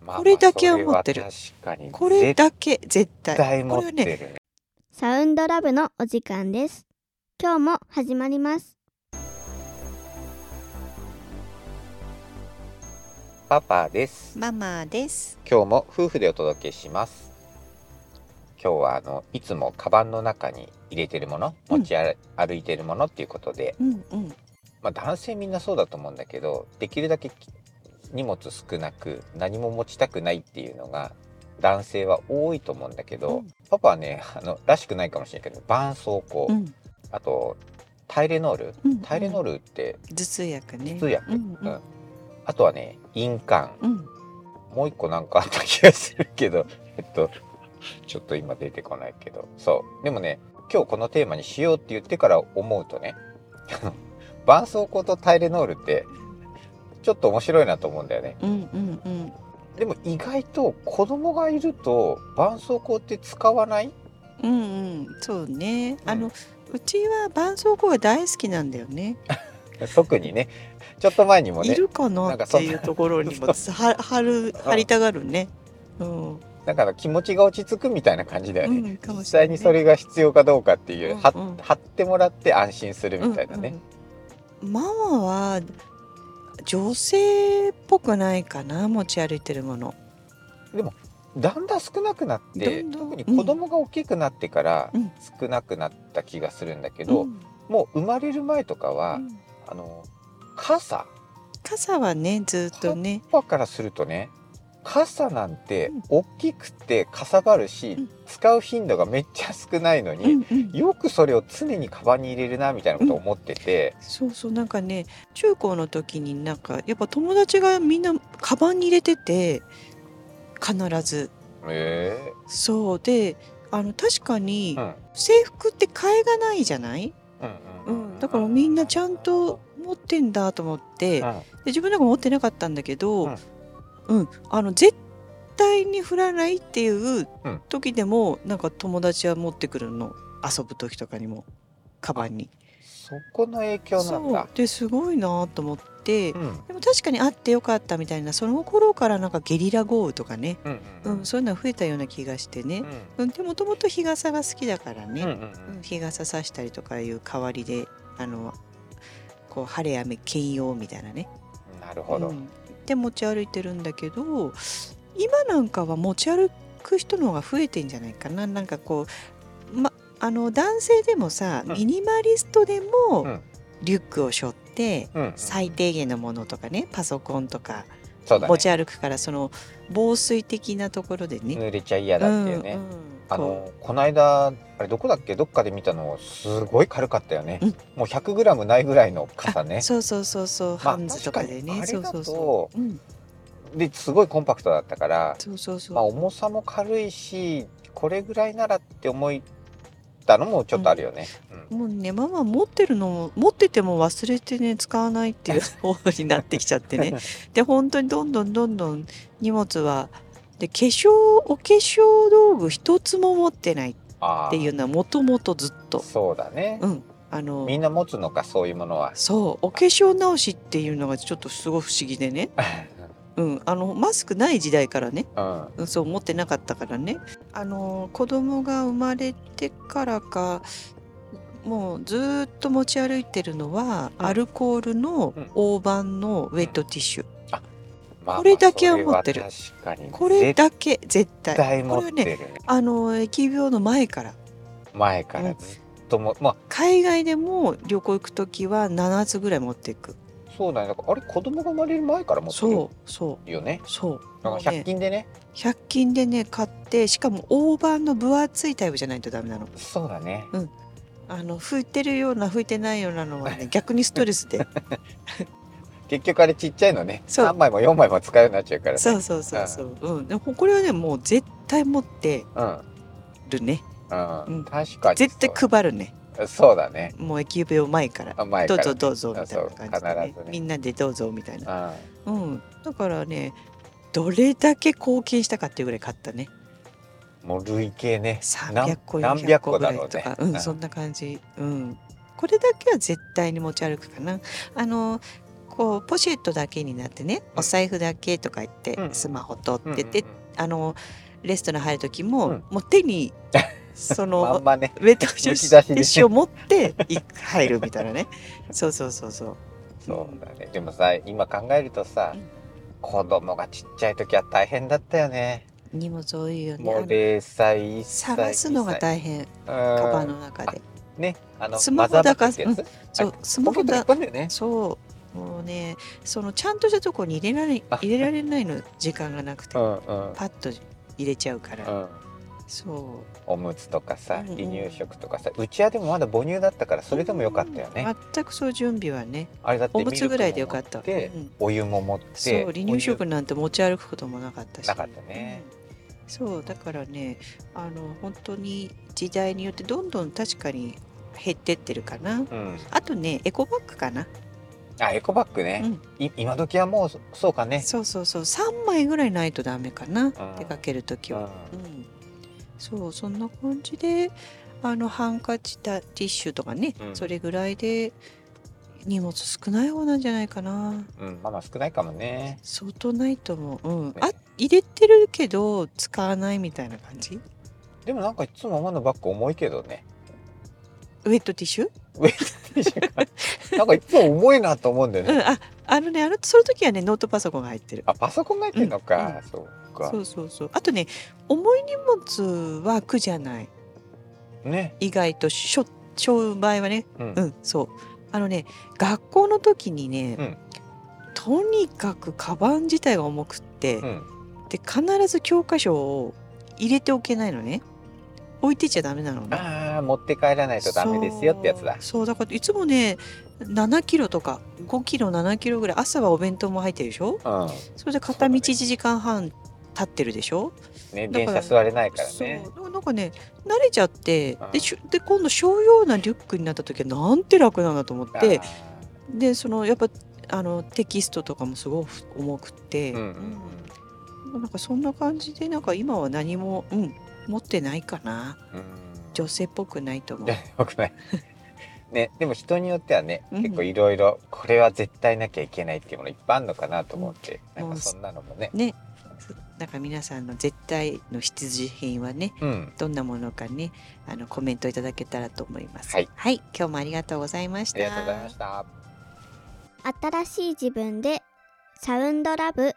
まあこれだけは持ってるそれは確かに。これだけ絶対絶対持ってこれはるね。サウンドラブのお時間です。今日も始まります。パパです。ママです今日も夫婦でお届けします。今日はあのいつもカバンの中に入れてるもの、うん持ち歩歩いてるものっていうことで、うんうんまあ男性みんなそうだと思うんだけど、できるだけき荷物少なく何も持ちたくないっていうのが男性は多いと思うんだけど、うんパパはねあのらしくないかもしれないけど、絆創膏、うんあとタイレノール、うんタイレノールって、頭痛薬ね頭痛薬うんううんんあとはね印鑑、うんもう一個なんかあった気がするけど、 えっと、ちょっと今出てこないけど。そう。でもね、今日このテーマにしようって言ってから思うとね、 あの絆創膏とタイレノールって、ちょっと面白いなと思うんだよね。うんうんうんでも意外と子供がいると、絆創膏って使わないうんうんそうね、んあのうちは絆創膏が大好きなんだよね特にね、ちょっと前にもいね、るかななんかっそてんないうところにも は貼る貼りたがるねうん、うんだから気持ちが落ち着くみたいな感じだよね。かも実しれない際にそれが必要かどうかっていう、うんはうん貼ってもらって安心するみたいなね。うんうんママは女性っぽくないかな持ち歩いてるものだんだん少なくなってどんどん特に子供が大きくなってからうん少なくなった気がするんだけど、うんもう生まれる前とかは、うんあの傘傘はねずっとねパパからするとね傘なんてうん大きくてかさばるし、うん使う頻度がめっちゃ少ないのに、うんうんよくそれを常にカバンに入れるなみたいなことを思ってて、そうそうなんかね中高の時になんかやっぱ友達がみんなカバンに入れてて必ずえそうであの確かにーうん制服って替えがないじゃない、ううんん、だからみんなちゃんと持ってんだと思って、うんで自分なんか持ってなかったんだけど、ううんんあの絶対に振らないっていううん時でも、なんか友達は持ってくるの遊ぶ時とかにもカバンに。そこの影響なんだそう。ですごいなと思って、うんうんでも確かにあってよかったみたいなその頃からなんかゲリラ豪雨とかね、うんうんそういうのは増えたような気がしてね、うん、でもともと日傘が好きだからね、うんうんうん日傘さしたりとかいう代わりであのこう晴れ雨兼用みたいなね、なるほど。うんで持ち歩いてるんだけど今なんかは持ち歩く人の方が増えてんじゃないかななんかこう、ま、あの男性でもさ、うんミニマリストでうもんリュックを背負って。うんうん最低限のものとかねパソコンとかそうだね持ち歩くからその防水的なところでね。濡れちゃ嫌だっていうね、うんうんあこのこの間あれどこだっけどっかで見たのすごい軽かったよね、うんもう 100g ないぐらいのう傘あねそうそうそうそう、まハンズとかでね。確かそにうあれだとそうそう。うん、ですごいコンパクトだったから、そうそうそう。まあ、重さも軽いしこれぐらいならって思ったのもちょっとあるよね、うんもうねママ持ってるのも持ってても忘れてね使わな いっていう方になってきちゃってねで本当にどんどんどんどん荷物はで化粧お化粧道具一つも持ってないっあーていうのはもともとずっとそうだね、うんあのみんな持つのかそういうもの はそうお化粧直しっていうのがちょっとすごい不思議でね、うん、あのマスクない時代からねうんうんそう思ってなかったからねあの子供が生まれてからかもうずーっと持ち歩いてるのは、うんアルコールのうん大判のウェットティッシュ、まあこれだけは持ってるまあそれは確かにこれだけ絶対絶対持ってる、これはねあの疫病の前から前からずっとも、まあ海外でも旅行行く時は7つぐらい持っていくそうだねだからあれ子供が生まれる前から持ってそうそるよねうそうなんもかうね100均でね100均でね買ってしかも大判の分厚いタイプじゃないとダメなのそうだねあの拭いてるような拭いてないような のはね逆にストレスで結局あれちっちゃいのねそう3枚も4枚も使うようになっちゃうからねそうそうそうそううんでもこれはねもう絶対持ってうんるねう、うんん確かに絶対そう配るねそうだねもう疫病前からあ前どかうらぞどうぞみたいな感じで、そうね必ずねみんなでどうぞみたいなうんうんだからねどれだけ貢献したかっていうぐらい買ったねもう累計ね300個何400百個個ぐらだいろうとねかうん、そんな感じうんこれだけは絶対に持ち歩くかなあのここうポシェットだけになってね、うんお財布だけとか言って、うんスマホ取うんってて、あのレストラン入る時も、うんもう手 にそまんのまねウェットティむき出しでッシュを持ってい入るみた いなねそうそうそうそうそうだねでもさ今考えるとさうん子供がちっちゃい時は大変だったよね荷物多いよねもあうの0歳1歳探すのが変大変カカバンの中でねあのスマホだからマザーバッグってやつそうスマポケホットにだ引っ込んだよねそうもうねそのちゃんとしたとこに入れられあ入れられないの時間がなくてうんうんパッと入れちゃうから、うんそおむつとかさうんうん離乳食とかさうちはでもまだ母乳だったからうそれでもよかったよね全くそう準備はねあれだっておむつぐらいでよかった、ミルクも持ってうんお湯も持ってそう離乳お食なんて持ち歩くこともなかったしなかったねうんそうだからねあの本当に時代によってどんどん確かに減ってってるかな湯うんあとねエコバッグかな、あエコバッグねい今時はもうそそうかうん、ねそうそうそう3枚ぐらいないとダメかうなん出かける時は、ううんん、そうそんな感じであのハンカチだティッシュとかね、うんそれぐらいで荷物少ない方なんじゃないかなうんまあまあ少ないかもね相当ないと思う、うんねあ入れてるけど使わないみたいな感じでもなんかいつもママのバッグ重いけどねウェットティッシュ、なんかいつも重いなと思うんだようねんああのねあのその時はねノートパソコンが入ってるあパソコンが入ってんのうんかそうかそうそうそうあとね重い荷物は苦じゃないね意外としょ商売はねうんうん、そう。あのね、学校の時にね、うんとにかくカバン自体が重くって、うんで必ず教科書を入れておけないのね。置いてちゃダメなのね。ああ持って帰らないとダメですよってやつだそうそうだからいつもね7キロとか5キロ7キロぐらい朝はお弁当も入ってるでしょうんそれで片道そうだね1時間半経ってるでしょねだ電か車座られないからねそうなんかね慣れちゃってうんでしゅで今度小用なリュックになった時はなんて楽なんだと思ってあーでそのやっぱあのテキストとかもすごく重くて、うんうんうんなんかそんな感じでなんか今は何も、うん、持ってないかなうんうん女性っぽくないと思ういや。よくない。ね、でも人によってはね、うん結構いろいろこれは絶対なきゃいけないっていうものいっぱいあるのかなと思って、うんなんかそんなのもね、ねなんか皆さんの絶対の必需品はねうん、どんなものかねあのコメントいただけたらと思います。はい、今日もありがとうございましあた。りがとうございました。新しい自分でサウンドラブ